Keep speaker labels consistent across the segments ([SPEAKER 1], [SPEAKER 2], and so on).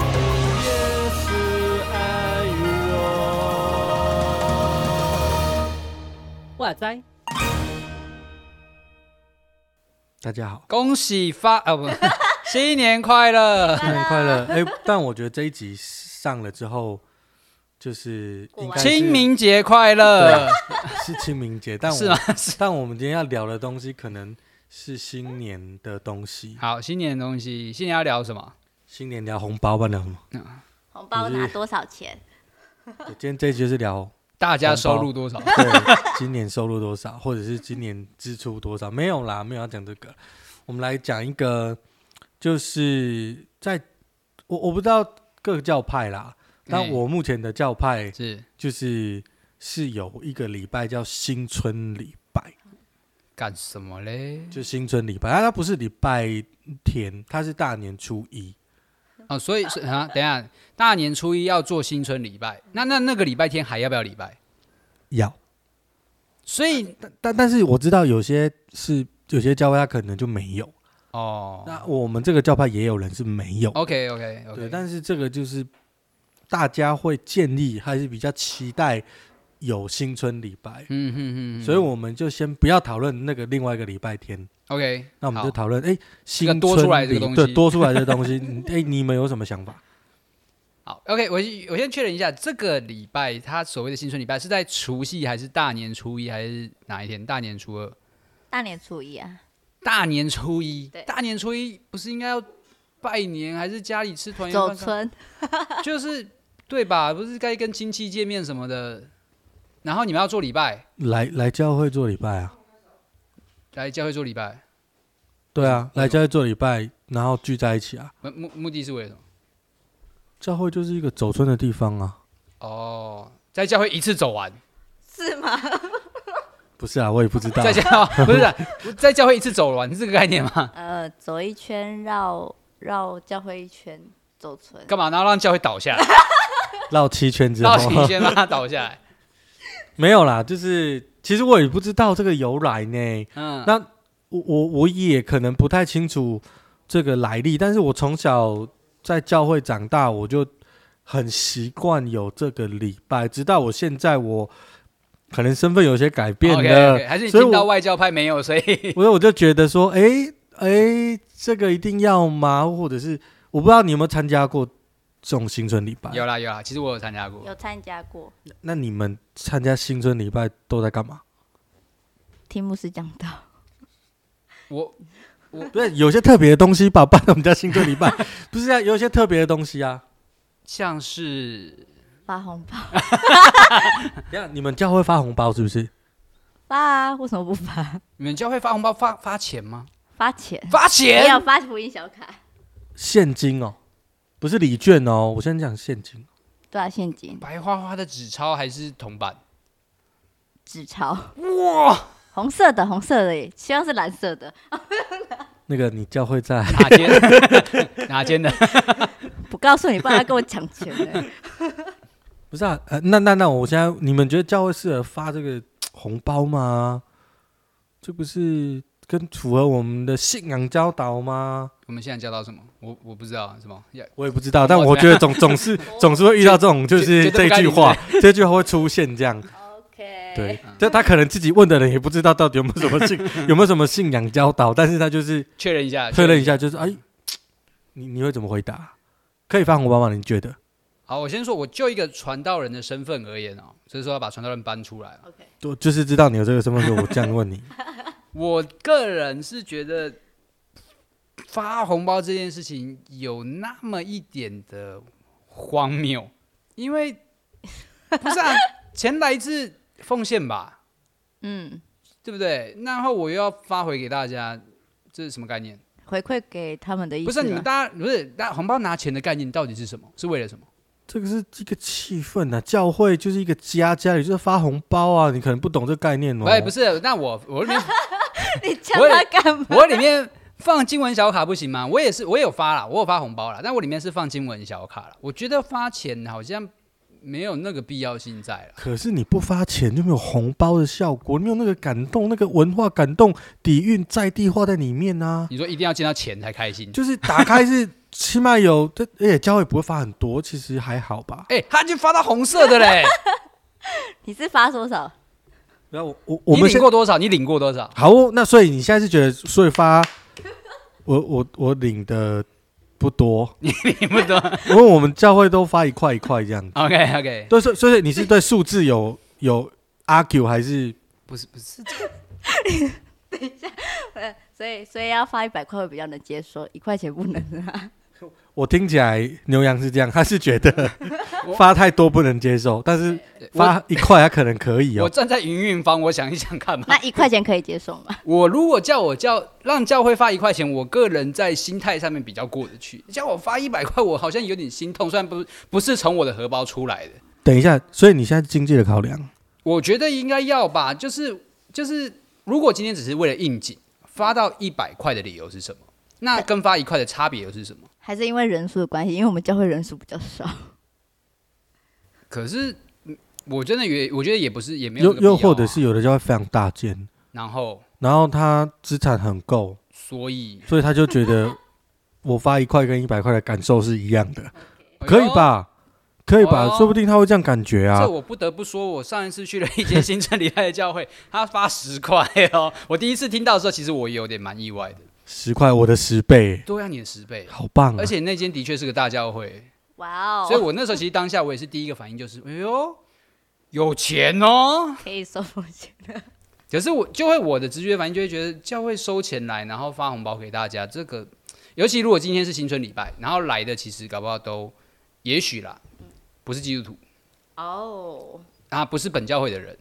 [SPEAKER 1] 是爱与我。
[SPEAKER 2] 哇塞！
[SPEAKER 3] 大家好，
[SPEAKER 1] 恭喜发啊不， 新年快乐！
[SPEAKER 3] 新年快乐！哎、但我觉得这一集上了之后，就是
[SPEAKER 2] 过
[SPEAKER 3] 应
[SPEAKER 2] 完
[SPEAKER 3] 该是
[SPEAKER 1] 清明节快乐！
[SPEAKER 3] 啊是清明节，但我
[SPEAKER 1] 是吗？
[SPEAKER 3] 但我们今天要聊的东西可能是新年的东西，
[SPEAKER 1] 好，新年的东西，新年要聊什么？
[SPEAKER 3] 新年聊红包吧，聊什么？
[SPEAKER 2] 红包拿多少钱？
[SPEAKER 3] 对今天这一集就是聊
[SPEAKER 1] 大家收入多少？
[SPEAKER 3] 对，今年收入多少，或者是今年支出多少？没有啦，没有要讲这个。我们来讲一个，就是在我我不知道各教派啦，但
[SPEAKER 1] 嗯
[SPEAKER 3] 我目前的教派
[SPEAKER 1] 是
[SPEAKER 3] 就是是有一个礼拜叫新春礼拜，
[SPEAKER 1] 干什么嘞？
[SPEAKER 3] 就新春礼拜，但啊它不是礼拜天，它是大年初一。
[SPEAKER 1] 哦，所以是啊，等一下大年初一要做新春礼拜，那那那个礼拜天还要不要礼拜？
[SPEAKER 3] 要，
[SPEAKER 1] 所以
[SPEAKER 3] 但但但是我知道有些是有些教派它可能就没有，
[SPEAKER 1] 哦
[SPEAKER 3] 啊那我们这个教派也有人是没有。
[SPEAKER 1] ，OK OK
[SPEAKER 3] 对，
[SPEAKER 1] OK，
[SPEAKER 3] 但是这个就是大家会建立，还是比较期待有新春礼拜，
[SPEAKER 1] 嗯哼哼，
[SPEAKER 3] 所以我们就先不要讨论那个另外一个礼拜天，
[SPEAKER 1] OK，
[SPEAKER 3] 那我们就
[SPEAKER 1] 好
[SPEAKER 3] 讨论哎，新春
[SPEAKER 1] 多出来这
[SPEAKER 3] 礼
[SPEAKER 1] 个东西
[SPEAKER 3] 对，多出来的东西，你哎，你们有什么想 法？
[SPEAKER 1] 好，OK，我先我先确认一下，这个礼拜他所谓的新春礼拜是在除夕还是大年初一还是哪一天？大年初二？
[SPEAKER 2] 大年初一啊，
[SPEAKER 1] 大年初一
[SPEAKER 2] 对，
[SPEAKER 1] 大年初一不是应该要拜年，还是家里吃团圆
[SPEAKER 2] 走
[SPEAKER 1] 饭干嘛？
[SPEAKER 2] 村
[SPEAKER 1] 就是对吧？不是该跟亲戚见面什么的，然后你们要做礼拜，
[SPEAKER 3] 来来教会做礼拜啊？
[SPEAKER 1] 来教会做礼拜，
[SPEAKER 3] 对啊，
[SPEAKER 1] 为什么
[SPEAKER 3] 来教会做礼拜，然后聚在一起啊。
[SPEAKER 1] 目目目的是为了什么？
[SPEAKER 3] 教会就是一个走村的地方啊，
[SPEAKER 1] 哦，在教会一次走完，
[SPEAKER 2] 是吗？
[SPEAKER 3] 不是啊？我也不知道啊
[SPEAKER 1] 在。教 不是啊、在教会一次走完是这个概念吗？
[SPEAKER 2] 呃，走一圈绕绕教会一圈走村，
[SPEAKER 1] 干嘛？然后让教会倒下来，
[SPEAKER 3] 绕七圈之后
[SPEAKER 1] 绕，行先让它倒下 来。
[SPEAKER 3] 没有啦，就是其实我也不知道这个由来呢。
[SPEAKER 1] 嗯，
[SPEAKER 3] 那我我我也可能不太清楚这个来历，但是我从小在教会长大，我就很习惯有这个礼拜，直到我现在我可能身份有些改变了
[SPEAKER 1] o k 哦还是你
[SPEAKER 3] 所以
[SPEAKER 1] 听到
[SPEAKER 3] 我
[SPEAKER 1] 外教派没有？所以
[SPEAKER 3] 所以我就觉得说，哎、诶哎、这个一定要吗？或者是我不知道你有没有参加过这种新春礼拜？
[SPEAKER 1] 有啦有啦，其实我有参加过
[SPEAKER 2] 有参加过。
[SPEAKER 3] 那你们参加新春礼拜都在干嘛？
[SPEAKER 2] 题目是讲到
[SPEAKER 1] 我。
[SPEAKER 3] 不是有些特别的东西吧？办我们家新春礼拜 不是啊，有一些特别的东西啊。
[SPEAKER 1] 像是
[SPEAKER 2] 发红包，
[SPEAKER 3] 等一下你们教会发红包是不是？
[SPEAKER 2] 发啊，为什么不发？
[SPEAKER 1] 你们教会发红包发发钱吗？
[SPEAKER 2] 发钱，
[SPEAKER 1] 发
[SPEAKER 2] 也有
[SPEAKER 1] 钱？
[SPEAKER 2] 发福音小卡，
[SPEAKER 3] 现金哦，不是礼券哦，我先讲现金。
[SPEAKER 2] 对啊，现金、
[SPEAKER 1] 白花花的纸钞还是铜板？
[SPEAKER 2] 纸钞，
[SPEAKER 1] 哇！
[SPEAKER 2] 红色的，红色的耶，希望是蓝色的，
[SPEAKER 3] 那个你教会在
[SPEAKER 1] 哪间？哪间 的？
[SPEAKER 2] 不告诉你，不然他跟我抢钱了。
[SPEAKER 3] 不是啊？呃，那那那，我现在你们觉得教会适合发这个红包吗？这不是跟符合我们的信仰教导吗？
[SPEAKER 1] 我们现在教到什么？我我不知道什么。要
[SPEAKER 3] 我也不知道，但我觉得总总 是总是会遇到这种，就
[SPEAKER 1] 绝
[SPEAKER 3] 是
[SPEAKER 1] 对
[SPEAKER 3] 这
[SPEAKER 1] 不该
[SPEAKER 3] 句
[SPEAKER 1] 理
[SPEAKER 3] 话，这句话会出现这样。
[SPEAKER 2] OK，
[SPEAKER 3] 对，
[SPEAKER 1] 嗯
[SPEAKER 3] 但他可能自己问的人也不知道到底有没有什 么信有没有什么信仰教导，但是他就是
[SPEAKER 1] 啊确认一下，
[SPEAKER 3] 推了一
[SPEAKER 1] 下。
[SPEAKER 3] 下，就是哎，你你会怎么回答？可以发红包吗？你觉得？
[SPEAKER 1] 好，我先说，我就一个传道人的身份而言哦，所以说要把传道人搬出来哦。
[SPEAKER 2] ，OK，
[SPEAKER 3] 就就是知道你有这个身份，所以我这样问你。
[SPEAKER 1] 我个人是觉得发红包这件事情有那么一点的荒谬，因为不是啊，钱来自奉献吧，
[SPEAKER 2] 嗯，
[SPEAKER 1] 对不对？然后我又要发回给大家，这是什么概念？
[SPEAKER 2] 回馈给他们的意思
[SPEAKER 1] 不
[SPEAKER 2] 吗，
[SPEAKER 1] 是啊你们大家不是大家红包拿钱的概念到底是什么？是为了什么？
[SPEAKER 3] 这个是一个气氛啊，教会就是一个家，家里就是发红包啊，你可能不懂这概念哦。
[SPEAKER 1] 喂，不是，那我我里面
[SPEAKER 2] 你叫
[SPEAKER 1] 我也
[SPEAKER 2] 他干 嘛？
[SPEAKER 1] 我里面放经文小卡不行吗？我也是，我有发啦，我有发红包啦，但我里面是放经文小卡啦。我觉得发钱好像没有那个必要性在了。
[SPEAKER 3] 可是你不发钱就没有红包的效果，没有那个感动，那个文化感动底蕴在地化在里面啊。
[SPEAKER 1] 你说一定要见到钱才开心？
[SPEAKER 3] 就是打开是 起码有，这而且教会不会发很多，其实还好吧。
[SPEAKER 1] 哎、他已经发到红色的嘞。
[SPEAKER 2] 你是发多少？
[SPEAKER 3] 然后 我我我们
[SPEAKER 1] 你领
[SPEAKER 3] 先
[SPEAKER 1] 过多少？你领过多少？
[SPEAKER 3] 好哦，那所以你现在是觉得，所以发我我我领的不 多，
[SPEAKER 1] 领不多。
[SPEAKER 3] 因为我们教会都发一块一块这样子。
[SPEAKER 1] OK OK，
[SPEAKER 3] 对，所以所以你是对数字有有 argue 还是
[SPEAKER 1] 不是不是，
[SPEAKER 2] 所以所以要发一百块会比较能接受，一块钱不能啊。
[SPEAKER 3] 我听起来牛羊是这样，他是觉得
[SPEAKER 1] 我
[SPEAKER 3] 发太多不能接受，但是发一块他可能可以
[SPEAKER 1] 我
[SPEAKER 3] 哦。
[SPEAKER 1] 站在云云方，我想一想看嘛。
[SPEAKER 2] 那一块钱可以接受吗？
[SPEAKER 1] 我如果叫我教让教会发一块钱，我个人在心态上面比较过得去。叫我发一百块，我好像有点心痛，虽然不不是从我的荷包出来的，
[SPEAKER 3] 等一下，所以你现在经济的考量，
[SPEAKER 1] 我觉得应该要吧。就是就是，如果今天只是为了应景，发到一百块的理由是什么？那跟发一块的差别又是什么？
[SPEAKER 2] 还是因为人数的关系？因为我们教会人数比较少，
[SPEAKER 1] 可是嗯我真的也我觉得也不是也没有
[SPEAKER 3] 又
[SPEAKER 1] 那个必要
[SPEAKER 3] 又
[SPEAKER 1] 啊
[SPEAKER 3] 或者是有的就会非常大件，
[SPEAKER 1] 然后
[SPEAKER 3] 然后他资产很够，
[SPEAKER 1] 所以
[SPEAKER 3] 所以他就觉 得我发一块跟一百块的感受是一样的，
[SPEAKER 1] 哎
[SPEAKER 3] 可以？吧？可以吧？
[SPEAKER 1] 哦
[SPEAKER 3] 说不定他会这样感觉
[SPEAKER 1] 哎呦
[SPEAKER 3] 啊
[SPEAKER 1] 哦这。我不得不说，我上一次去了一间新城礼拜的教会， 他发十块哦。我第一次听到的时候，其实我也有点蛮意外的。
[SPEAKER 3] 十块我的十倍，
[SPEAKER 1] 都要你的十倍，
[SPEAKER 3] 好棒啊
[SPEAKER 1] 而！且那间的确是个大教会，
[SPEAKER 2] 哇哦！
[SPEAKER 1] 所以我那时候其实当下我也是第一个反应就是，哎呦，有钱哦。
[SPEAKER 2] 可以收风险。
[SPEAKER 1] 可是我就会我的直觉反应就会觉得教会收钱来，然后发红包给大家，这个尤其如果今天是新春礼拜，然后来的其实搞不好都也许啦，不是基督徒
[SPEAKER 2] 哦，
[SPEAKER 1] 啊，不是本教会的人，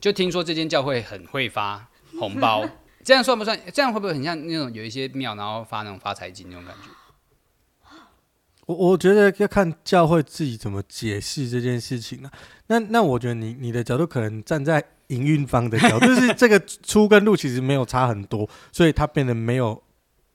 [SPEAKER 1] 就听说这间教会很会发红包， 这样算不算？这样会不会很像那种有一些庙然后发那种发财金那种感觉？
[SPEAKER 3] 我我觉得要看教会自己怎么解释这件事情啊。那那我觉得你你的角度可能站在营运方的角度，就是这个出跟入其实没有差很多，所以它变得没有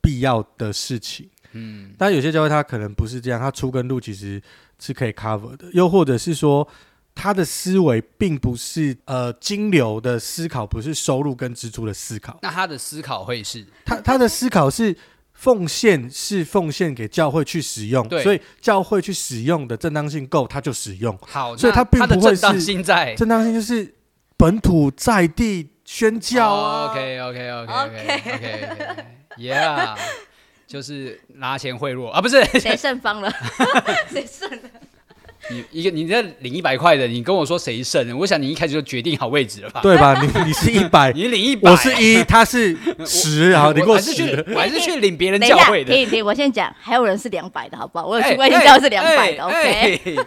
[SPEAKER 3] 必要的事情。嗯，但有些教会它可能不是这样，它出跟入其实是可以 cover 的，又或者是说。他的思维并不是呃金流的思考，不是收入跟支出的思考，
[SPEAKER 1] 那他的思考会是
[SPEAKER 3] 他他的思考是奉献是奉献给教会去使用，
[SPEAKER 1] 对
[SPEAKER 3] 所以教会去使用的正当性够，他就使用。
[SPEAKER 1] 好，
[SPEAKER 3] 所以它
[SPEAKER 1] 那它
[SPEAKER 3] 并
[SPEAKER 1] 的
[SPEAKER 3] 不会
[SPEAKER 1] 正当
[SPEAKER 3] 是
[SPEAKER 1] 性在
[SPEAKER 3] 正当性就是本土在地宣教啊。
[SPEAKER 1] OK OK OK OK OK Yeah，就是拿钱贿赂啊，不是
[SPEAKER 2] 谁胜方了？ 谁胜了？
[SPEAKER 1] 你一个你在领一百块的，你跟我说谁胜？我想你一开始就决定好位置了吧？
[SPEAKER 3] 对吧？你你是一百，
[SPEAKER 1] 你领 一百，
[SPEAKER 3] 我是一，他是十，好，你给
[SPEAKER 1] 我还是
[SPEAKER 3] 十
[SPEAKER 1] 去，我还是 去领别人
[SPEAKER 2] 等一
[SPEAKER 1] 教
[SPEAKER 2] 下，
[SPEAKER 1] 会的。
[SPEAKER 2] 停一停，我先讲，还有人是两百的好不好？我有去过
[SPEAKER 1] 哎
[SPEAKER 2] 一
[SPEAKER 1] 哎
[SPEAKER 2] 教是两百的
[SPEAKER 1] 哎
[SPEAKER 2] ，OK。
[SPEAKER 1] 哎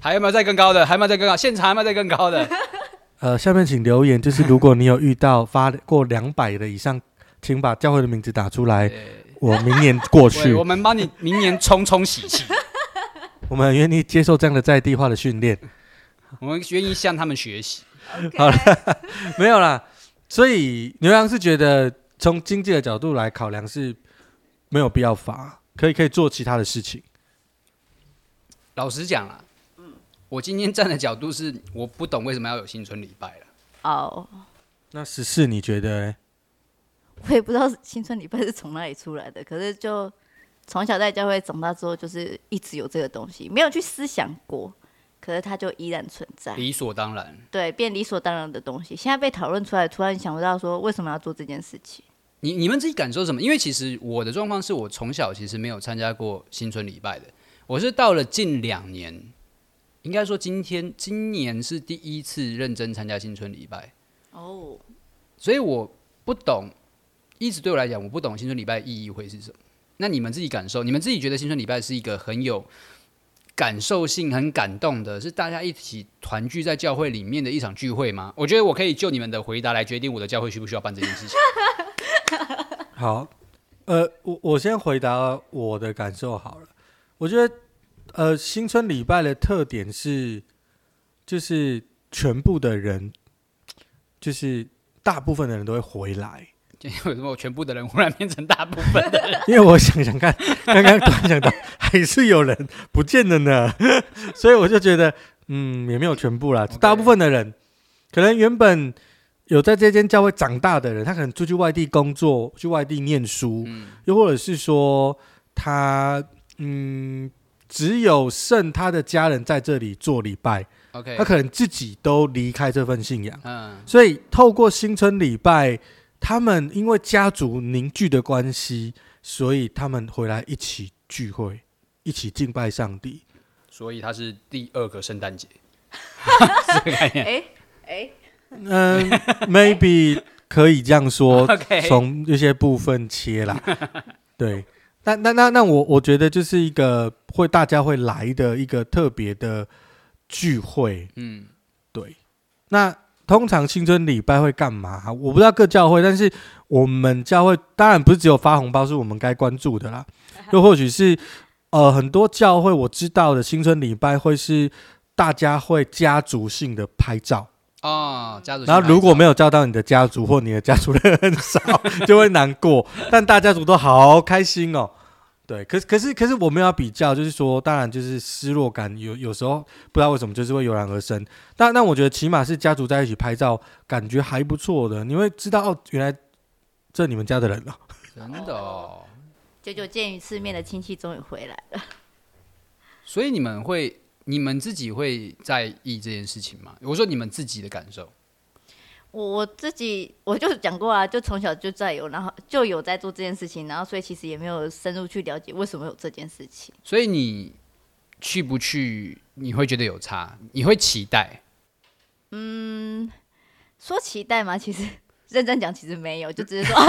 [SPEAKER 1] 还有没有再更高的？还有没有再更高？现场还有没有再更高 的？
[SPEAKER 3] 呃，下面请留言，就是如果你有遇到发过两百的以上，请把教会的名字打出来，我明年过去
[SPEAKER 1] 对， 我，们帮你明年冲冲喜气，
[SPEAKER 3] 我们很愿意接受这样的在地化的训练。
[SPEAKER 1] 我们愿意向他们学习。
[SPEAKER 3] 好了，没有啦。所以牛羊是觉得从经济的角度来考量是没有必要罚，可以可以做其他的事情。
[SPEAKER 1] 老实讲啦，我今天站的角度是我不懂为什么要有新春礼拜了。
[SPEAKER 2] 哦，
[SPEAKER 3] 那十四你觉得呢？
[SPEAKER 2] 我也不知道青春礼拜是从哪里出来的，可是就从小在教会长大之后，就是一直有这个东西，没有去思想过，可是它就依然存在，
[SPEAKER 1] 理所当然。
[SPEAKER 2] 对，变理所当然的东西。现在被讨论出来，突然想不到说为什么要做这件事情。
[SPEAKER 1] 你你们自己感受什么？因为其实我的状况是我从小其实没有参加过新春礼拜的，我是到了近两年，应该说今天今年是第一次认真参加新春礼拜，
[SPEAKER 2] 哦，
[SPEAKER 1] 所以我不懂，一直对我来讲我不懂新春礼拜意义会是什么。那你们自己感受，你们自己觉得新春礼拜是一个很有感受性、很感动的，是大家一起团聚在教会里面的一场聚会吗？我觉得我可以就你们的回答来决定我的教会需不需要办这件事情。
[SPEAKER 3] 好，呃，我我先回答我的感受好了。我觉得，呃，新春礼拜的特点是，就是全部的人，就是大部分的人都会回来。
[SPEAKER 1] 就 为什么我全部的人忽然变成大部分 的人？
[SPEAKER 3] 因为我想想 看，刚刚突然想到，还是有人不见了呢，所以我就觉得嗯，也没有全部啦
[SPEAKER 1] OK
[SPEAKER 3] 大部分的人可能原本有在这间教会长大的人，他可能出去外地工作，去外地念书，
[SPEAKER 1] 嗯
[SPEAKER 3] 又或者是说他嗯，只有剩他的家人在这里做礼拜，
[SPEAKER 1] ，OK，
[SPEAKER 3] 他可能自己都离开这份信仰。
[SPEAKER 1] 嗯
[SPEAKER 3] 所以透过新春礼拜，他们因为家族凝聚的关系，所以他们回来一起聚会，一起敬拜上帝。
[SPEAKER 1] 所以它是第二个圣诞节，这个概念。
[SPEAKER 2] 哎哎，
[SPEAKER 3] 嗯，maybe 可以这样说
[SPEAKER 1] OK，
[SPEAKER 3] 从一些部分切啦。 对，那那那那我我觉得就是一个会大家会来的一个特别的聚会。
[SPEAKER 1] 嗯，
[SPEAKER 3] 对，那通常新春礼拜会干嘛？我不知道各教会，但是我们教会当然不是只有发红包是我们该关注的 啦，又或许是呃很多教会我知道的新春礼拜会是大家会家族性的拍照，
[SPEAKER 1] 哦，家族性
[SPEAKER 3] 然后如果没
[SPEAKER 1] 有
[SPEAKER 3] 有叫到你的家族或你的家族人 很少，就会难过，但大家族都好开心哦。对，可是可是可是我们要比较，就是说，当然就是失落感有有时候不知道为什么就是会油然而生。但但我觉得起码是家族在一起拍照，感觉还不错的。你会知道哦，原来这你们家的人了、
[SPEAKER 1] 真的哦，
[SPEAKER 2] 久久见一次面的亲戚终于回来了。
[SPEAKER 1] 所以你们会你们自己会在意这件事情吗？我说你们自己的感受，
[SPEAKER 2] 我我自己我就讲过啊，就从小就在有，然后就有在做这件事情，然后所以其实也没有深入去了解为什么有这件事情。
[SPEAKER 1] 所以你去不去，你会觉得有差，你会期待。
[SPEAKER 2] 说期待嘛，其实认真讲其实没有，就只是说哦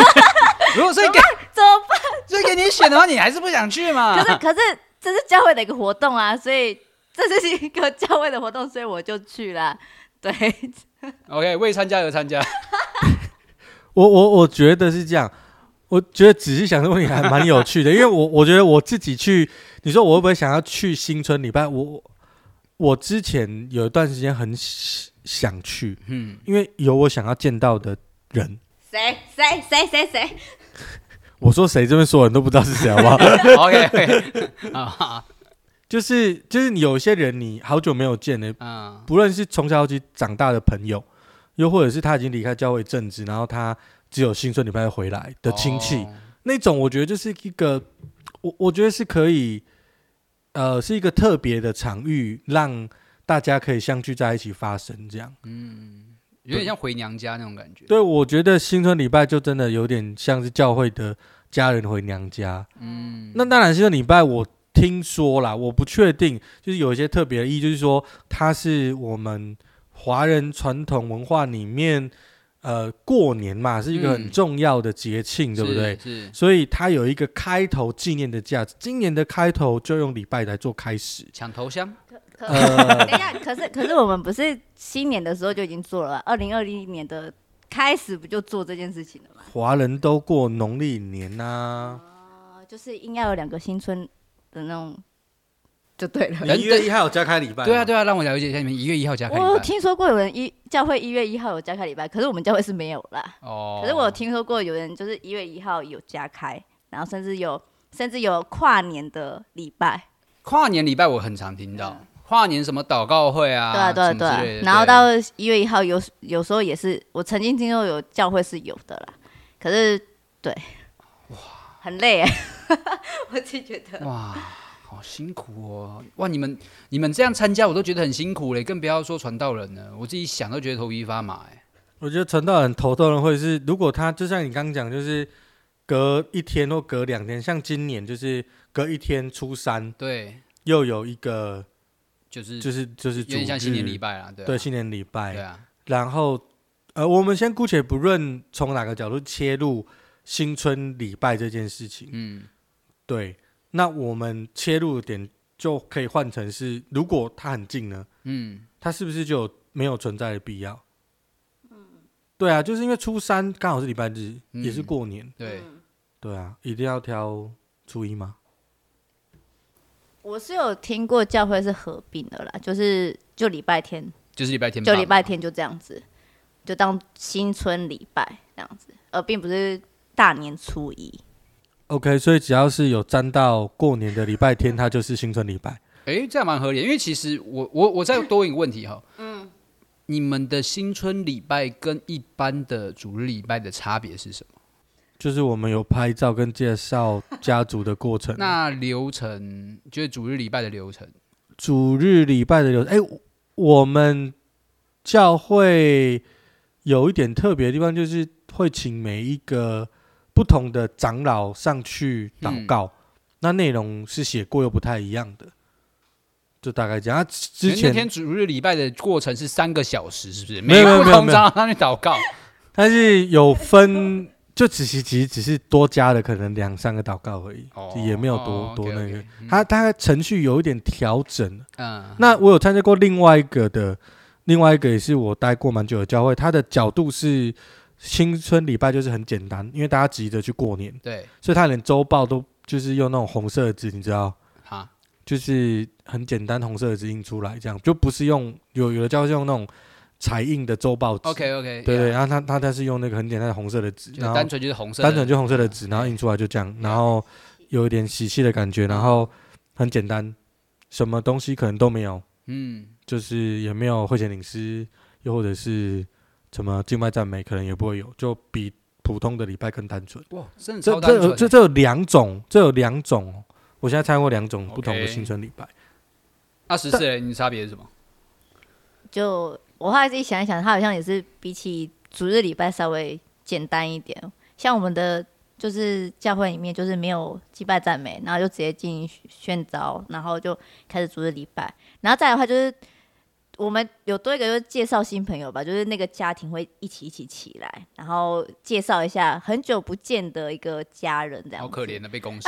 [SPEAKER 1] 如果所以给
[SPEAKER 2] 怎么办？
[SPEAKER 1] 所以给你选的话，你还是不想去嘛？
[SPEAKER 2] 可是可是这是教会的一个活动啊，所以这是一个教会的活动，所以我就去啦。对，
[SPEAKER 1] OK，为参加而参加，
[SPEAKER 3] 我我我觉得是这样，我觉得仔细想这个问题还蛮有趣的，因为我我觉得我自己去，你说我会不会想要去新春礼拜？我我之前有一段时间很想想去，
[SPEAKER 1] 嗯，
[SPEAKER 3] 因为有我想要见到的人。
[SPEAKER 2] 谁谁谁谁谁，
[SPEAKER 3] 我说谁这边所有人都不知道是谁，好不 好？
[SPEAKER 1] OK OK，啊，
[SPEAKER 3] 就是就是你有一些人你好久没有见了，
[SPEAKER 1] 嗯
[SPEAKER 3] 不论是从小一起长大的朋友，又或者是他已经离开教会一阵子，然后他只有新春礼拜回来的亲戚，
[SPEAKER 1] 哦
[SPEAKER 3] 那种我觉得就是一个，我我觉得是可以，呃，是一个特别的场域，让大家可以相聚在一起发生这样。
[SPEAKER 1] 有点像回娘家那种感觉。
[SPEAKER 3] 对，我觉得新春礼拜就真的有点像是教会的家人回娘家。嗯，那当然新春礼拜我听说啦，我不确定，就是有一些特别的意义，就是说它是我们华人传统文化里面，呃，过年嘛是一个很
[SPEAKER 1] 嗯
[SPEAKER 3] 重要的节庆，对不
[SPEAKER 1] 是
[SPEAKER 3] 对？？
[SPEAKER 1] 是，
[SPEAKER 3] 所以它有一个开头纪念的价值。今年的开头就用礼拜来做开始。
[SPEAKER 1] 抢头香，
[SPEAKER 2] 可
[SPEAKER 3] 呃
[SPEAKER 2] 等一下，可是可是我们不是新年的时候就已经做了、啊，二零二零年的开始不就做这件事情了吗？
[SPEAKER 3] 华人都过农历年呐、
[SPEAKER 2] 啊，就是应该有两个新春的那种，就对了。
[SPEAKER 1] 人
[SPEAKER 3] 一月一号有加开礼拜吗。
[SPEAKER 1] 对啊对啊，让我了解一下你们一月一号加开礼
[SPEAKER 2] 我有
[SPEAKER 1] 拜。
[SPEAKER 2] 听说过有人一教会一月一号有加开礼拜，可是我们教会是没有啦。
[SPEAKER 1] 哦，
[SPEAKER 2] 可是我有听说过有人就是一月一号有加开，然后甚至有甚至有跨年的礼拜，
[SPEAKER 1] 跨年礼拜我很常听到，跨年什么祷告会啊，
[SPEAKER 2] 对啊对啊
[SPEAKER 1] 什
[SPEAKER 2] 对
[SPEAKER 1] 么
[SPEAKER 2] 啊
[SPEAKER 1] 之类的。
[SPEAKER 2] 然后
[SPEAKER 1] 对
[SPEAKER 2] 到一月一号有有时候也是，我曾经听说有教会是有的啦，可是对，哇，很累、欸， 我自己觉得。
[SPEAKER 1] 哇，好辛苦哦！哇，你们你们这样参加我都觉得很辛苦嘞，更不要说传道人了，我自己想都觉得头皮发麻哎。
[SPEAKER 3] 我觉得传道人头痛的会是，如果他就像你刚刚讲，就是隔一天或隔两天，像今年就是隔一天初三
[SPEAKER 1] 对，
[SPEAKER 3] 又有一个，
[SPEAKER 1] 就是
[SPEAKER 3] 就是就是
[SPEAKER 1] 有点像
[SPEAKER 3] 主日
[SPEAKER 1] 新年礼拜啦，对啊
[SPEAKER 3] 对新年礼拜，
[SPEAKER 1] 对啊，
[SPEAKER 3] 然后，呃，我们先姑且不论从哪个角度切入新春礼拜这件事情，
[SPEAKER 1] 嗯，
[SPEAKER 3] 对，那我们切入的点就可以换成是，如果它很近呢，
[SPEAKER 1] 嗯，
[SPEAKER 3] 它是不是就有没有存在的必要？对啊，就是因为初三刚好是礼拜日，
[SPEAKER 1] 嗯
[SPEAKER 3] 也是过年，
[SPEAKER 1] 对，
[SPEAKER 2] 嗯
[SPEAKER 3] 对啊，一定要挑初一吗？
[SPEAKER 2] 我是有听过教会是合并的啦，就是就礼拜天
[SPEAKER 1] 就是礼拜天吧，
[SPEAKER 2] 就礼拜天就这样子，就当新春礼拜这样子，而并不是大年初一。
[SPEAKER 3] OK，所以只要是有沾到过年的礼拜天，它就是新春礼拜。
[SPEAKER 1] 哎、这样蛮合理的，因为其实我我我再多问一个问题哈，嗯，你们的新春礼拜跟一般的主日礼拜的差别是什么？
[SPEAKER 3] 就是我们有拍照跟介绍家族的过程。
[SPEAKER 1] 那流程就是主日礼拜的流程，
[SPEAKER 3] 主日礼拜的流，哎、我们教会有一点特别的地方，就是会请每一个不同的长老上去
[SPEAKER 1] 嗯
[SPEAKER 3] 祷告，那内容是写过又不太一样的，就大概这样。啊、之
[SPEAKER 1] 那
[SPEAKER 3] 前
[SPEAKER 1] 天主日礼拜的过程是三个小时，是不是？
[SPEAKER 3] 没有
[SPEAKER 1] 每个
[SPEAKER 3] 没有没
[SPEAKER 1] 不
[SPEAKER 3] 有
[SPEAKER 1] 同章上去祷告，
[SPEAKER 3] 但是有分，就只是其实只是多加了可能两三个祷告而已，
[SPEAKER 1] 哦
[SPEAKER 3] 也没有多、
[SPEAKER 1] 哦
[SPEAKER 3] 多那
[SPEAKER 1] OK，OK，
[SPEAKER 3] 个
[SPEAKER 1] 嗯。
[SPEAKER 3] 它它程序有一点调整，
[SPEAKER 1] 嗯，
[SPEAKER 3] 那我有参加过另外一个的，另外一个也是我待过蛮久的教会，它的角度是新春礼拜就是很简单，因为大家急着去过年，
[SPEAKER 1] 对，
[SPEAKER 3] 所以他连周报都就是用那种红色的纸，你知道，
[SPEAKER 1] 好，
[SPEAKER 3] 就是很简单红色的纸印出来，这样就不是用有有的教会是用那种彩印的周报纸
[SPEAKER 1] OK OK，
[SPEAKER 3] 对对，然后他他他是用那个很简单的红色的纸，
[SPEAKER 1] 就
[SPEAKER 3] 然后
[SPEAKER 1] 单纯就是红色的，嗯
[SPEAKER 3] 单纯就红色的纸，然后印出来就这样，然后有一点喜气的感觉，然后很简单，什么东西可能都没有。
[SPEAKER 1] 嗯，
[SPEAKER 3] 就是也没有会前领师，又或者是什么静脉赞美，可能也不会有，就比普通的礼拜更单纯。
[SPEAKER 1] 哇，真的
[SPEAKER 3] 这
[SPEAKER 1] 超
[SPEAKER 3] 这
[SPEAKER 1] 单
[SPEAKER 3] 有
[SPEAKER 1] 纯
[SPEAKER 3] 这
[SPEAKER 1] 的，
[SPEAKER 3] 这有两种，这有两种哦，我现在参加过两种
[SPEAKER 1] OK
[SPEAKER 3] 不同的新春礼拜。
[SPEAKER 1] 二啊十四人，你差别是什么？
[SPEAKER 2] 就我后来自己想一想，它好像也是比起主日礼拜稍微简单一点。像我们的就是教会里面就是没有祭拜赞美，然后就直接进行宣召，然后就开始主日礼拜。然后再来的话就是我们有多一个就是介绍新朋友吧，就是那个家庭会一起一起起来，然后介绍一下很久不见的一个家人这样。
[SPEAKER 1] 好可怜，的被 攻击，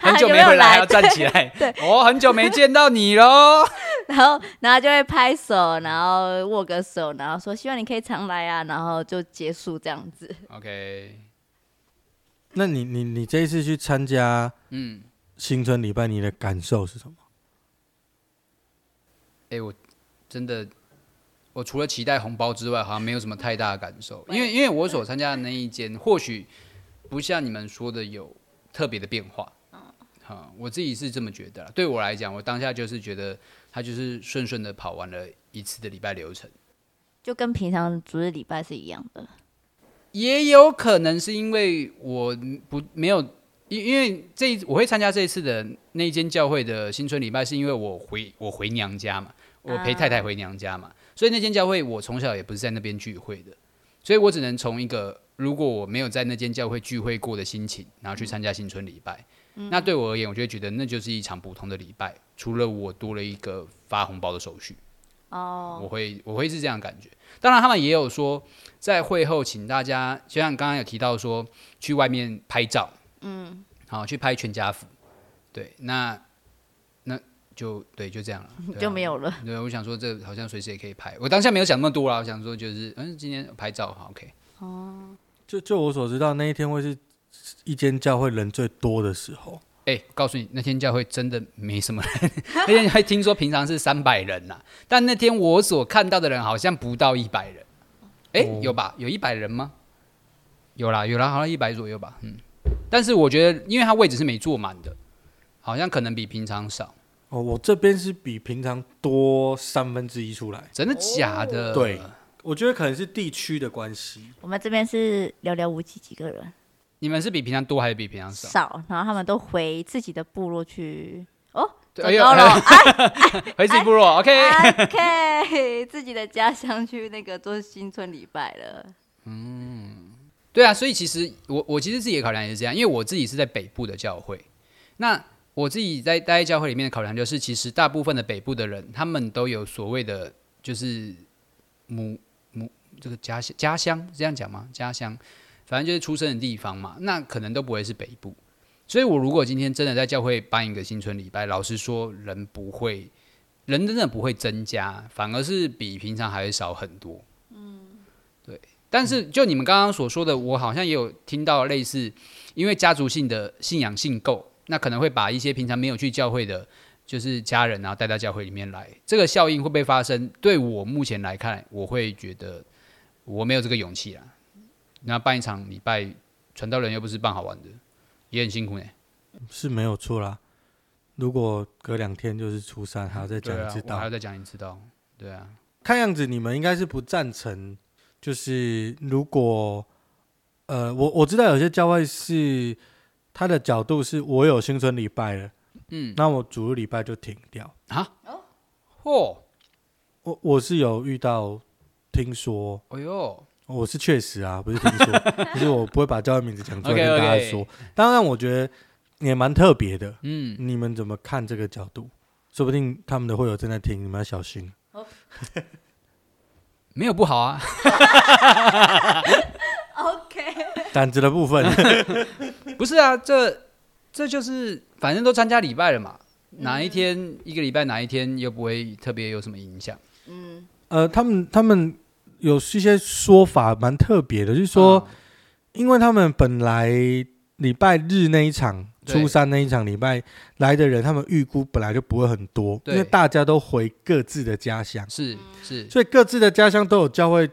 [SPEAKER 2] 他
[SPEAKER 1] 很久
[SPEAKER 2] 没
[SPEAKER 1] 啊没回来，
[SPEAKER 2] 来
[SPEAKER 1] 要，站起来。对，哦，很久没见到你 喽。
[SPEAKER 2] 然后然后就会拍手，然后握个手，然后说希望你可以常来啊，然后就结束这样子。
[SPEAKER 1] OK，
[SPEAKER 3] 那你你你这一次去参加
[SPEAKER 1] 嗯，
[SPEAKER 3] 新春礼拜，你的感受是什么？
[SPEAKER 1] 哎、我真的，我除了期待红包之外，好像没有什么太大的感受，因为因为我所参加的那一间，或许不像你们说的有特别的变化。啊、我自己是这么觉得啦。对我来讲，我当下就是觉得他就是顺顺的跑完了一次的礼拜流程。
[SPEAKER 2] 就跟平常主日礼拜是一样的。
[SPEAKER 1] 也有可能是因为我不没有，因因为这一我会参加这一次的那一间教会的新春礼拜，是因为我回我回娘家嘛，我
[SPEAKER 2] 啊
[SPEAKER 1] 陪太太回娘家嘛，所以那间教会我从小也不是在那边聚会的，所以我只能从一个如果我没有在那间教会聚会过的心情，然后去参加新春礼拜。
[SPEAKER 2] 嗯
[SPEAKER 1] 那对我而言，我就会觉得那就是一场普通的礼拜，除了我多了一个发红包的手续。
[SPEAKER 2] 哦，
[SPEAKER 1] 我会我会是这样感觉。当然，他们也有说，在会后请大家，就像刚刚有提到说，去外面拍照，嗯，好，去拍全家福，对，那那就对，就这样了，对啊
[SPEAKER 2] 就没。有了。
[SPEAKER 1] 对，我想说这好像随时也可以拍，我当下没有想那么多啦，我想说就是，嗯，今天拍照好，OK，
[SPEAKER 3] 就就我所知道，那一天会是一间教会人最多的时候。
[SPEAKER 1] 哎、告诉你，那天教会真的没什么人，那天还听说平常是三百人呐、但那天我所看到的人好像不到一百人，哎、
[SPEAKER 3] 哦
[SPEAKER 1] 有吧？有一百人吗？有啦，有啦，好像一百左右吧，嗯。但是我觉得，因为他位置是没坐满的，好像可能比平常少，
[SPEAKER 3] 哦，我这边是比平常多三分之一出来，
[SPEAKER 1] 真的假的？
[SPEAKER 3] 哦对我觉得可能是地区的关系。
[SPEAKER 2] 我们这边是寥寥无几几个人，
[SPEAKER 1] 你们是比平常多还是比平常少？
[SPEAKER 2] 少，然后他们都回自己的部落去。哦，走
[SPEAKER 1] 对哎呦哎
[SPEAKER 2] 高了、啊
[SPEAKER 1] 回自己部落、o k
[SPEAKER 2] o k 自己的家乡去那个做新春礼拜了。
[SPEAKER 1] 对啊，所以其实我我其实自己的考量也是这样，因为我自己是在北部的教会，那我自己在待在教会里面的考量就是，其实大部分的北部的人，他们都有所谓的就是母母这个家乡家乡这样讲吗？家乡，反正就是出生的地方嘛，那可能都不会是北部。所以我如果今天真的在教会办一个新春礼拜，老实说，人不会，人真的不会增加，反而是比平常还会少很多。但是就你们刚刚所说的，我好像也有听到类似，因为家族性的信仰信构，那可能会把一些平常没有去教会的，就是家人啊带到教会里面来，这个效应会不会发生？对我目前来看，我会觉得我没有这个勇气啦。啊那办一场礼拜，传道人又不是办好玩的，也很辛苦呢、
[SPEAKER 3] 是没有错啦。如果隔两天就是初三，还要再讲
[SPEAKER 1] 对
[SPEAKER 3] 一
[SPEAKER 1] 啊
[SPEAKER 3] 次，
[SPEAKER 1] 我
[SPEAKER 3] 道。
[SPEAKER 1] 还要再讲一次道，对啊，
[SPEAKER 3] 看样子你们应该是不赞成，就是如果呃，我我知道有些教会是他的角度是我有新春礼拜了，
[SPEAKER 1] 嗯，
[SPEAKER 3] 那我主日礼拜就停掉。
[SPEAKER 1] 嚯，
[SPEAKER 3] 我我是有遇到，听说
[SPEAKER 1] 哎呦，
[SPEAKER 3] 我是确实啊，不是听说， 可是我不会把教会名字讲出来
[SPEAKER 1] OK，OK
[SPEAKER 3] 跟大家说。当然，我觉得也蛮特别的。
[SPEAKER 1] 嗯，
[SPEAKER 3] 你们怎么看这个角度？说不定他们的会友正在听，你们要小心。
[SPEAKER 1] 没有不好啊，
[SPEAKER 2] OK，
[SPEAKER 3] 胆子的部 分，
[SPEAKER 1] 不是啊，这这就是反正都参加礼拜了嘛，哪一天一个礼拜哪一天又不会特别有什么影响，
[SPEAKER 2] 嗯，
[SPEAKER 3] 呃，他们他们有一些说法蛮特别的，就是说，
[SPEAKER 1] 啊
[SPEAKER 3] 因为他们本来礼拜日那一场、
[SPEAKER 1] 对
[SPEAKER 3] 初三那一场礼拜来的人，他们预估本来就不会很多，因
[SPEAKER 1] 对
[SPEAKER 3] 为大家都回各自的家乡，
[SPEAKER 1] 是是，
[SPEAKER 3] 所以各自的家乡都有教会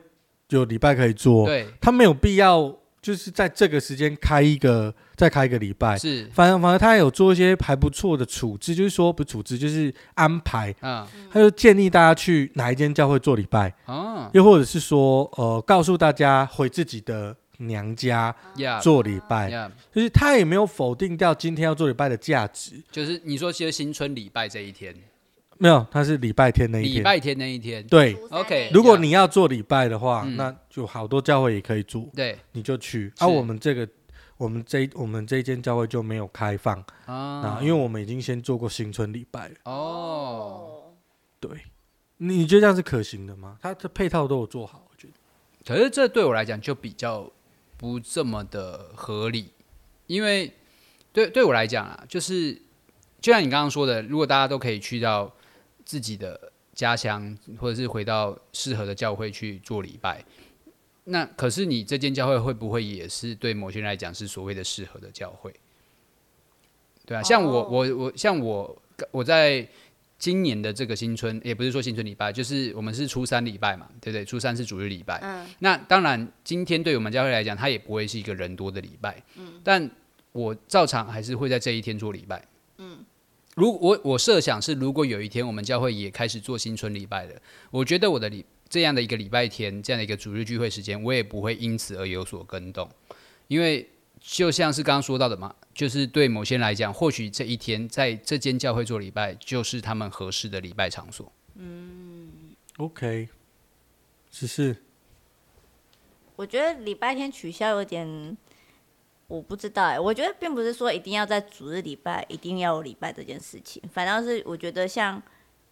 [SPEAKER 3] 有礼拜可以做，
[SPEAKER 1] 对，
[SPEAKER 3] 他没有必要就是在这个时间开一个再开一个礼拜。
[SPEAKER 1] 是，
[SPEAKER 3] 反而反而他有做一些还不错的处置，就是说不是处置就是安排，
[SPEAKER 1] 嗯，
[SPEAKER 3] 他就建议大家去哪一间教会做礼拜。
[SPEAKER 1] 啊，
[SPEAKER 3] 又或者是说，呃，告诉大家回自己的娘家
[SPEAKER 1] 呀
[SPEAKER 3] 做礼拜，
[SPEAKER 1] 呀，
[SPEAKER 3] 就是他也没有否定掉今天要做礼拜的价值，
[SPEAKER 1] 就是你说其实新春礼拜这一天，
[SPEAKER 3] 没有，他是礼拜天那一
[SPEAKER 1] 礼
[SPEAKER 3] 天。
[SPEAKER 1] 拜天那一天，
[SPEAKER 3] 对，
[SPEAKER 1] OK，
[SPEAKER 3] 如果你要做礼拜的话，
[SPEAKER 1] 嗯
[SPEAKER 3] 那就好多教会也可以做，
[SPEAKER 1] 对
[SPEAKER 3] 你就去。
[SPEAKER 1] 是
[SPEAKER 3] 啊，我们这个，我们这我们这一间教会就没有开放啊
[SPEAKER 1] 啊，，
[SPEAKER 3] 因为我们已经先做过新春礼拜了。
[SPEAKER 1] 哦，，
[SPEAKER 3] 对，你你觉得这样是可行的吗？它的配套都有做好，我觉得。
[SPEAKER 1] 可是这对我来讲就比较不这么的合理，因为对对我来讲啊，就是就像你刚刚说的，如果大家都可以去到自己的家乡，或者是回到适合的教会去做礼拜，那可是你这间教会会不会也是对某些人来讲是所谓的适合的教会？对啊，像我
[SPEAKER 2] 哦
[SPEAKER 1] 我我像我我在今年的这个新春，也不是说新春礼拜，就是我们是初三礼拜嘛，对不对？初三是主日礼拜，
[SPEAKER 2] 嗯，
[SPEAKER 1] 那当然，今天对我们教会来讲，它也不会是一个人多的礼拜。但我照常还是会在这一天做礼拜。如我我设想是，如果有一天我们教会也开始做新春礼拜了，我觉得我的礼这样的一个礼拜天，这样的一个主日聚会时间，我也不会因此而有所更动，因为就像是刚刚说到的嘛，就是对某些人来讲，或许这一天在这间教会做礼拜，就是他们合适的礼拜场所。
[SPEAKER 3] OK，只是
[SPEAKER 2] 我觉得礼拜天取消有点，我不知道哎、我觉得并不是说一定要在主日礼拜一定要有礼拜这件事情，反倒是我觉得像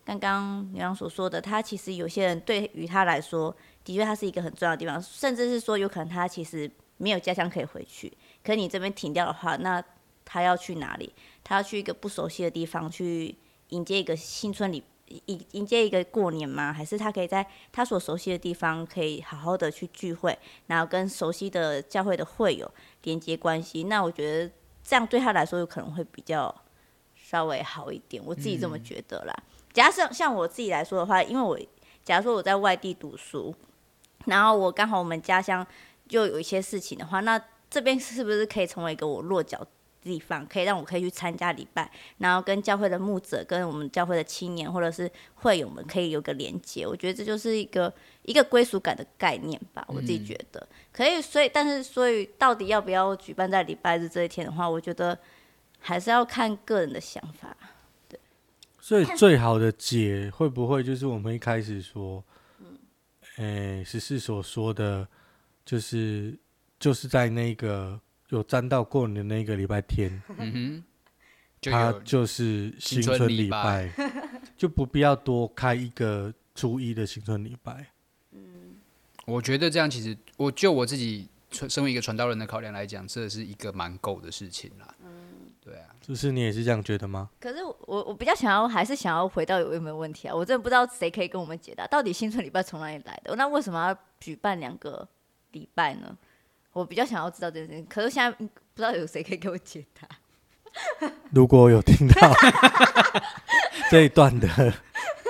[SPEAKER 2] 刚刚牛羊所说的，他其实有些人对于他来说，的确他是一个很重要的地方，甚至是说有可能他其实没有家乡可以回去，可你这边停掉的话，那他要去哪里？他要去一个不熟悉的地方去迎接一个新春礼。迎迎接一个过年吗？还是他可以在他所熟悉的地方，可以好好的去聚会，然后跟熟悉的教会的会友连接关系，那我觉得这样对他来说有可能会比较稍微好一点，我自己这么觉得啦。假设像我自己来说的话，因为我假如说我在外地读书，然后我刚好我们家乡就有一些事情的话，那这边是不是可以成为一个我落脚地方，可以让我可以去参加礼拜，然后跟教会的牧者、跟我们教会的青年或者是会友们可以有个连接？我觉得这就是一个一个归属感的概念吧，我自己觉得。可以，所以但是所以到底要不要举办在礼拜日这一天的话，我觉得还是要看个人的想法。
[SPEAKER 3] 所以最好的解会不会就是我们一开始说，
[SPEAKER 1] 嗯
[SPEAKER 3] 诶、十四所说的，就是就是在那个有沾到过年的那个礼拜天，
[SPEAKER 1] 嗯哼，就
[SPEAKER 3] 它
[SPEAKER 1] 有
[SPEAKER 3] 就是新
[SPEAKER 1] 新春
[SPEAKER 3] 春
[SPEAKER 1] 礼
[SPEAKER 3] 礼拜， 就不必要多开一个初一的新春礼拜。
[SPEAKER 1] 我觉得这样其实，我就我自己传身为一个传道人的考量来讲，这是一个蛮够的事情啦。对啊，
[SPEAKER 3] 就是你也是这样觉得 吗？
[SPEAKER 2] 可是我我比较想要还是想要回到有没有问题啊？我真的不知道谁可以跟我们解答，到底新春礼拜从哪里来的？那为什么要举办两个礼拜呢？我比较想要知道这件事情，可是现在嗯不知道有谁可以给我解答。
[SPEAKER 3] 如果有听 到这一段的，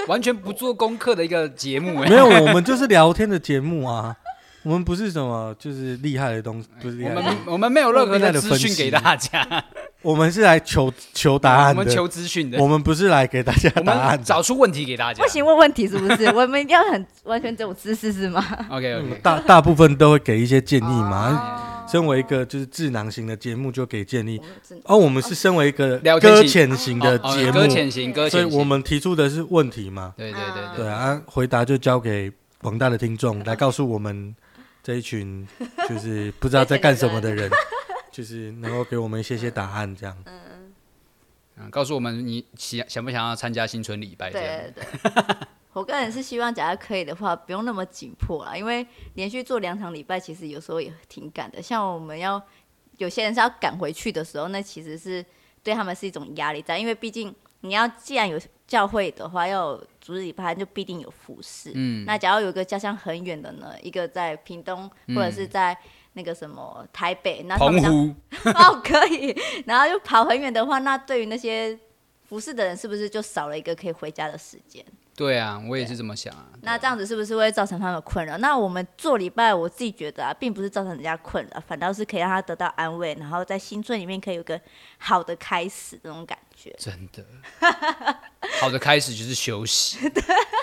[SPEAKER 1] 完全不做功课的一个节目、
[SPEAKER 3] 没
[SPEAKER 1] 欸，
[SPEAKER 3] 有，我们就是聊天的节目啊，我 们不是什么就是厉害的东西，不是厉
[SPEAKER 1] 我
[SPEAKER 3] 害的东西。
[SPEAKER 1] 们我们没有任何
[SPEAKER 3] 另外
[SPEAKER 1] 的
[SPEAKER 3] 的
[SPEAKER 1] 资
[SPEAKER 3] 分
[SPEAKER 1] 讯
[SPEAKER 3] 析
[SPEAKER 1] 给大家。
[SPEAKER 3] 我们是来求求答案
[SPEAKER 1] 我
[SPEAKER 3] 的，
[SPEAKER 1] 们求资讯的
[SPEAKER 3] 我，们不是来给大家
[SPEAKER 1] 我
[SPEAKER 3] 答案
[SPEAKER 1] 们
[SPEAKER 3] 的。
[SPEAKER 1] 找出问题给大家
[SPEAKER 2] 不。 行问问题是不是？我们一定要很完全这种知识是吗？
[SPEAKER 1] OK
[SPEAKER 3] 嗯
[SPEAKER 1] OK，
[SPEAKER 3] 大大部分都会给一些建议嘛。
[SPEAKER 2] 哦
[SPEAKER 3] 身为一个就是智囊型的节目，就给建议
[SPEAKER 2] 我。们真的
[SPEAKER 3] 而、哦我们是身为一个
[SPEAKER 1] 哦聊天
[SPEAKER 3] 搁
[SPEAKER 1] 型哦
[SPEAKER 3] 浅型嗯的节
[SPEAKER 1] 搁
[SPEAKER 3] 目，
[SPEAKER 1] 浅型，搁
[SPEAKER 3] 所以
[SPEAKER 1] 浅
[SPEAKER 3] 我
[SPEAKER 1] 型。嗯
[SPEAKER 3] 们提出的是问题嘛。
[SPEAKER 1] 对对对
[SPEAKER 3] 对啊，回答就交给广大的听众来告诉我们这一 群就是不知道在干什么的人， 就是能够给我们一些些答案这样。
[SPEAKER 1] 嗯，告诉我们你想想不想要参加新春礼拜？这样
[SPEAKER 2] 对对对， 我个人是希望，假如可以的话，不用那么紧迫啦，因为连续做两场礼拜，其实有时候也挺赶的。像我们要有些人是要赶回去的时候，那其实是对他们是一种压力在，因为毕竟你要既然有教会的话，要有主日礼拜，就必定有服饰。
[SPEAKER 1] 嗯，
[SPEAKER 2] 那假如有一个家乡很远的呢，一个在屏东或者是在那个什么台北，那他
[SPEAKER 1] 澎
[SPEAKER 2] 们要
[SPEAKER 1] 湖
[SPEAKER 2] 哦，可以。然后又跑很远的话，那对于那些服侍的人，是不是就少了一个可以回家的时间？
[SPEAKER 1] 对啊，我也是这么想啊。
[SPEAKER 2] 那这样子是不是会造成他们的困扰？那我们做礼拜，我自己觉得啊，并不是造成人家困扰，反倒是可以让他得到安慰，然后在新春里面可以有个好的开始那种感觉。
[SPEAKER 1] 真的， 好的开始就是休息，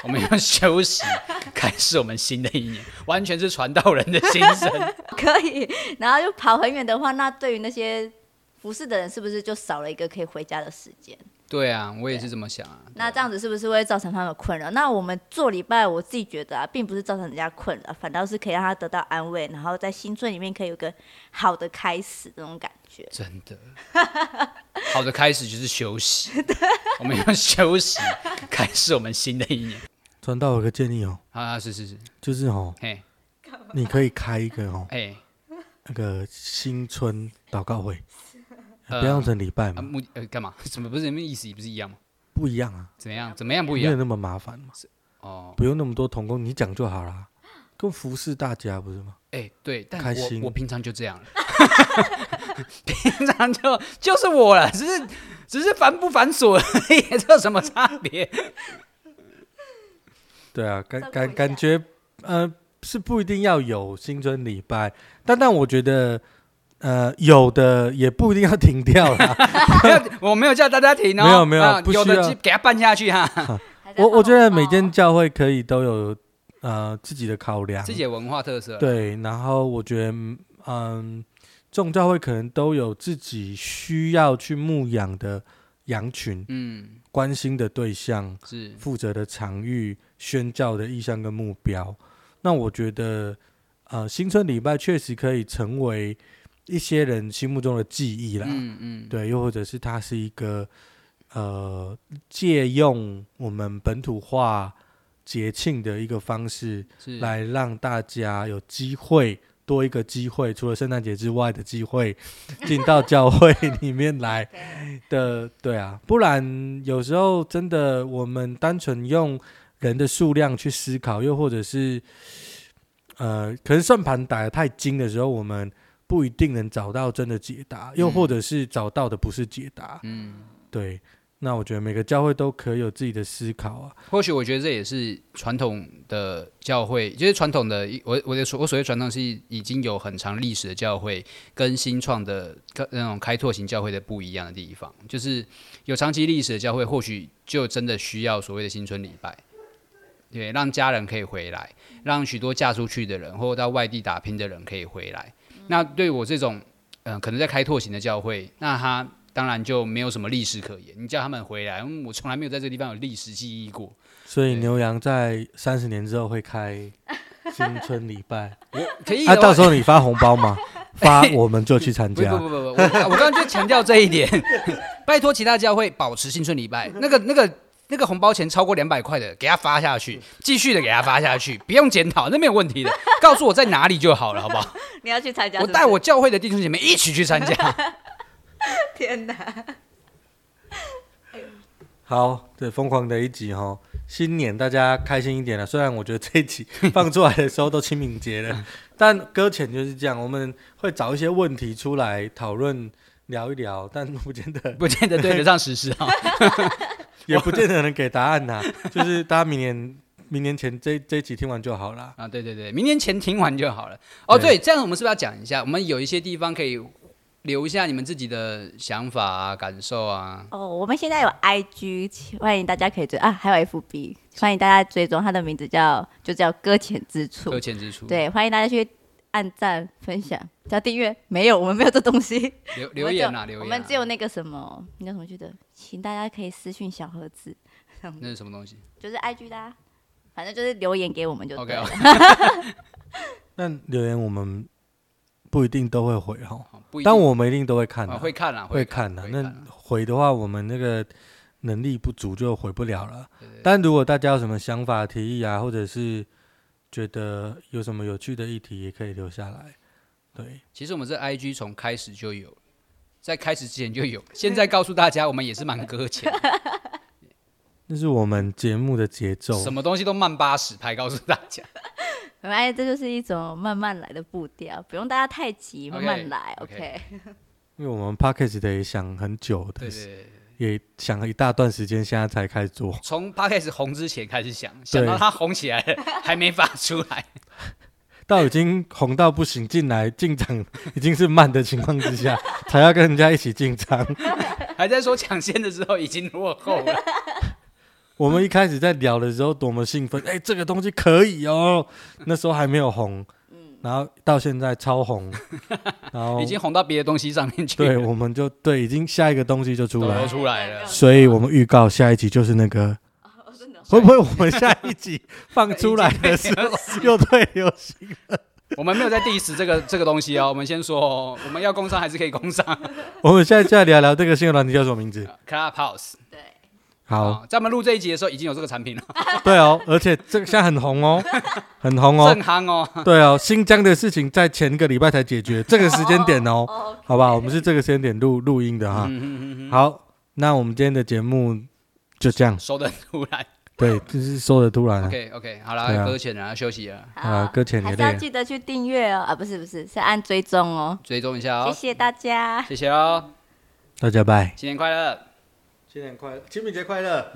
[SPEAKER 1] 我们要休息，开始我们新的一年，完全是传道人的精神。
[SPEAKER 2] 可以。然后又跑很远的话，那对于那些服侍的人，是不是就少了一个可以回家的时间？
[SPEAKER 1] 对啊，我也是这么想啊。
[SPEAKER 2] 那这样子是不是会造成他们的困扰？那我们做礼拜，我自己觉得啊，并不是造成人家困扰，反倒是可以让他得到安慰，然后在新春里面可以有个好的开始那种感觉。
[SPEAKER 1] 真的，好的开始就是休息，我们要休息，开始我们新的一年。
[SPEAKER 3] 传道有个建议哦，
[SPEAKER 1] 啊，是是是，
[SPEAKER 3] 就是哦，
[SPEAKER 1] 嘿，
[SPEAKER 3] 你可以开一个哦
[SPEAKER 1] 哎，
[SPEAKER 3] 那个新春祷告会，
[SPEAKER 1] 呃
[SPEAKER 3] 不要用成礼拜
[SPEAKER 1] 啊
[SPEAKER 3] 嘛，
[SPEAKER 1] 目呃干嘛？怎么不是你们意思不是一样吗？
[SPEAKER 3] 不一样啊，
[SPEAKER 1] 怎么样？怎么样不一
[SPEAKER 3] 没有
[SPEAKER 1] 样？
[SPEAKER 3] 那么麻烦嘛，
[SPEAKER 1] 哦，啊
[SPEAKER 3] 不用那么多童工，你讲就好啦，跟服侍大家不是吗？
[SPEAKER 1] 哎，对，但
[SPEAKER 3] 开
[SPEAKER 1] 我
[SPEAKER 3] 心
[SPEAKER 1] 我平常就这样了， 平常就就是我了，只是只是繁不繁琐而已， 这有什么差别？
[SPEAKER 3] 对啊，感
[SPEAKER 2] 照顾
[SPEAKER 3] 感
[SPEAKER 2] 一
[SPEAKER 3] 感
[SPEAKER 2] 下
[SPEAKER 3] 觉呃是不一定要有新春礼拜，但但我觉得呃有的也不一定要停掉 啦。
[SPEAKER 1] 没有，我没有叫大家停哦，
[SPEAKER 3] 没有没有
[SPEAKER 1] 啊
[SPEAKER 3] 不需
[SPEAKER 1] 有
[SPEAKER 3] 要
[SPEAKER 1] 的就给他办下去哈，
[SPEAKER 2] 还在
[SPEAKER 3] 我我觉得
[SPEAKER 2] 放
[SPEAKER 3] 每间
[SPEAKER 2] 哦
[SPEAKER 3] 教会可以都有呃自己的考量，
[SPEAKER 1] 自己的文化特色啦，
[SPEAKER 3] 对，然后我觉得嗯、众教会可能都有自己需要去牧养的羊群、
[SPEAKER 1] 嗯，
[SPEAKER 3] 关心的对象，
[SPEAKER 1] 是
[SPEAKER 3] 负责的场域、宣教的意向跟目标。那我觉得，呃，新春礼拜确实可以成为一些人心目中的记忆啦。
[SPEAKER 1] 嗯嗯，
[SPEAKER 3] 对，又或者是它是一个呃，借用我们本土化节庆的一个方式，
[SPEAKER 1] 是
[SPEAKER 3] 来让大家有机会。多一个机会，除了圣诞节之外的机 会，进到教会里面来，
[SPEAKER 2] 对
[SPEAKER 3] 的，对啊，不然有时候真的我们单纯用人的数量去思考，又或者是呃，可能算盘打得太精的时候，我们不一定能找到真的解答，又或者是找到的不是解答。
[SPEAKER 1] 嗯，
[SPEAKER 3] 对，那我觉得每个教会都可以有自己的思考啊。
[SPEAKER 1] 或许我觉得这也是传统的教会，就是传统的我我的所我所谓传统是已经有很长历史的教会，跟新创的跟那种开拓型教会的不一样的地方，就是有长期历史的教会，或许就真的需要所谓的新春礼拜，对，让家人可以回来，让许多嫁出去的人或到外地打拼的人可以回来。那对我这种，嗯、可能在开拓型的教会，那他当然就没有什么历史可言。你叫他们回来，嗯我从来没有在这个地方有历史记忆过。
[SPEAKER 3] 所以
[SPEAKER 1] 对
[SPEAKER 3] 牛羊在三十年之后会 开新春礼拜，
[SPEAKER 1] 我可以的哦
[SPEAKER 3] 啊，
[SPEAKER 1] 话，
[SPEAKER 3] 到时候你发红包吗？发我们就去参
[SPEAKER 1] 哎不不
[SPEAKER 3] 加。
[SPEAKER 1] 不不不，我我刚刚就强调这一点， 拜托其他教会保持新春礼拜，那个那个那个红包钱超过两百块的，给他发下去，继续的给他发下去，不用检讨，那没有问题的，告诉我在哪里就好了，好 不好？
[SPEAKER 2] 你要去参加
[SPEAKER 1] 我
[SPEAKER 2] 是不
[SPEAKER 1] 带
[SPEAKER 2] 是
[SPEAKER 1] 我教会的弟兄姐妹一起去参加。
[SPEAKER 2] 天哪！
[SPEAKER 3] 好，这疯狂的一集哈，新年大家开心一点了。啊虽然我觉得这一 集放出来的时候都清明节了，但搁浅就是这样，我们会找一些问题出来讨论聊一聊，但不见得
[SPEAKER 1] 不见得对得上时事啊。
[SPEAKER 3] 也不见得能给答案呐、啊 就是大家明年明年前这这一集听完就好 啦。
[SPEAKER 1] 啊，对对对，明年前听完就好了。哦，
[SPEAKER 3] 对
[SPEAKER 1] 对，这样我们是不是要讲一下？我们有一些地方可以留一下你们自己的想法啊、感受啊。
[SPEAKER 2] 哦，我们现在有 IG，欢迎大家可以追啊，还有 FB，欢迎大家追踪，它的名字叫就叫搁浅之处
[SPEAKER 1] 搁。浅之处，
[SPEAKER 2] 对，欢迎大家去按赞、分享、加订阅。没有，我们没有这东西。
[SPEAKER 1] 留留言啊，留言啊。
[SPEAKER 2] 我们只有我们只有那个什么，那叫什么去的，请大家可以私讯小盒子，
[SPEAKER 1] 啊那是什么东西
[SPEAKER 2] 就是 IG 的、啊，反正就是留言给我们就
[SPEAKER 1] ？OK，
[SPEAKER 2] 对了。
[SPEAKER 3] 那留言我们不一定都会回哈，
[SPEAKER 1] 好哦不一定
[SPEAKER 3] 但我们一定都会看、
[SPEAKER 1] 啊
[SPEAKER 3] 啊，
[SPEAKER 1] 会看啦，
[SPEAKER 3] 会
[SPEAKER 1] 看
[SPEAKER 3] 看的、
[SPEAKER 1] 会
[SPEAKER 3] 那
[SPEAKER 1] 啦
[SPEAKER 3] 回的话，我们那个能力不足就回不了了。但如果大家有什么想法、提议啊，或者是觉得有什么有趣的议题，也可以留下来。对，
[SPEAKER 1] 其实我们这 IG 从开始就有了，在开始之前就有了。现在告诉大家，我们也是蛮搁浅的，
[SPEAKER 3] 那是我们节目的节奏。
[SPEAKER 1] 什么东西都慢八十拍，告诉大家。
[SPEAKER 2] 没关系，这就是一种慢慢来的步调，不用大家太急，慢
[SPEAKER 1] OK，
[SPEAKER 2] 慢来。
[SPEAKER 1] OK
[SPEAKER 2] OK，
[SPEAKER 3] 因为我们 p a c k a g e 的也想很久的
[SPEAKER 1] 对，对对，
[SPEAKER 3] 也想了一大段时间，现在才开始 做。
[SPEAKER 1] 从 Podcast 红之前开始想，想到它红起来了，还没发出来。
[SPEAKER 3] 到已经红到不行，进来进场已经是慢的情况之下，才要跟人家一起进场。
[SPEAKER 1] 还在说抢先的时候已经落后了，
[SPEAKER 3] 我们一开始在聊的时候多么兴奋，哎、这个东西可以哦，那时候还没有红，然后到现在超 红，然后
[SPEAKER 1] 已经红到别的东西上面去
[SPEAKER 3] 哦对，
[SPEAKER 1] 了，
[SPEAKER 3] 我们就对，已经下一个东西就出
[SPEAKER 1] 都
[SPEAKER 3] 来
[SPEAKER 1] 都
[SPEAKER 3] 了，
[SPEAKER 1] 出来了。
[SPEAKER 3] 所以我们预告下一集就是那个，
[SPEAKER 2] 哦
[SPEAKER 3] 会不会我们下一 集放出来的时候又对流行？
[SPEAKER 1] 我们没有在 diss 这个这个东西哦，我们先说哦，我们要工商还是可以工商。
[SPEAKER 3] 我们现在就来聊聊这个新的软体叫什么名字？
[SPEAKER 1] Clubhouse，
[SPEAKER 2] 对，
[SPEAKER 3] 好，
[SPEAKER 1] 啊在我们录这一集的时候已经有这个产品了，
[SPEAKER 3] 对哦，而且这个现在很红 哦，很红哦
[SPEAKER 1] 正，夯哦。
[SPEAKER 3] 对哦，新疆的事情在前个礼拜才解决，这个时间点哦，好吧，我们是这个时间点录录音的
[SPEAKER 1] 嗯
[SPEAKER 3] 哈。好，那我们今天的节目就这样，
[SPEAKER 1] 收的突然。
[SPEAKER 3] 对，就是说的突然啊，
[SPEAKER 1] OK OK，好
[SPEAKER 3] 对啊
[SPEAKER 1] 啦，搁浅了，休息了，
[SPEAKER 3] 好呃啦搁浅也
[SPEAKER 2] 还是
[SPEAKER 3] 累
[SPEAKER 2] 要
[SPEAKER 3] 了
[SPEAKER 2] 记得去订阅哦，啊，不是不是，是按追踪哦。
[SPEAKER 1] 追踪一下
[SPEAKER 2] 谢
[SPEAKER 1] 哦，
[SPEAKER 2] 谢大家。
[SPEAKER 1] 谢谢哦，
[SPEAKER 3] 大家拜，
[SPEAKER 1] 新年快乐。
[SPEAKER 3] 新年快乐，清明节快乐。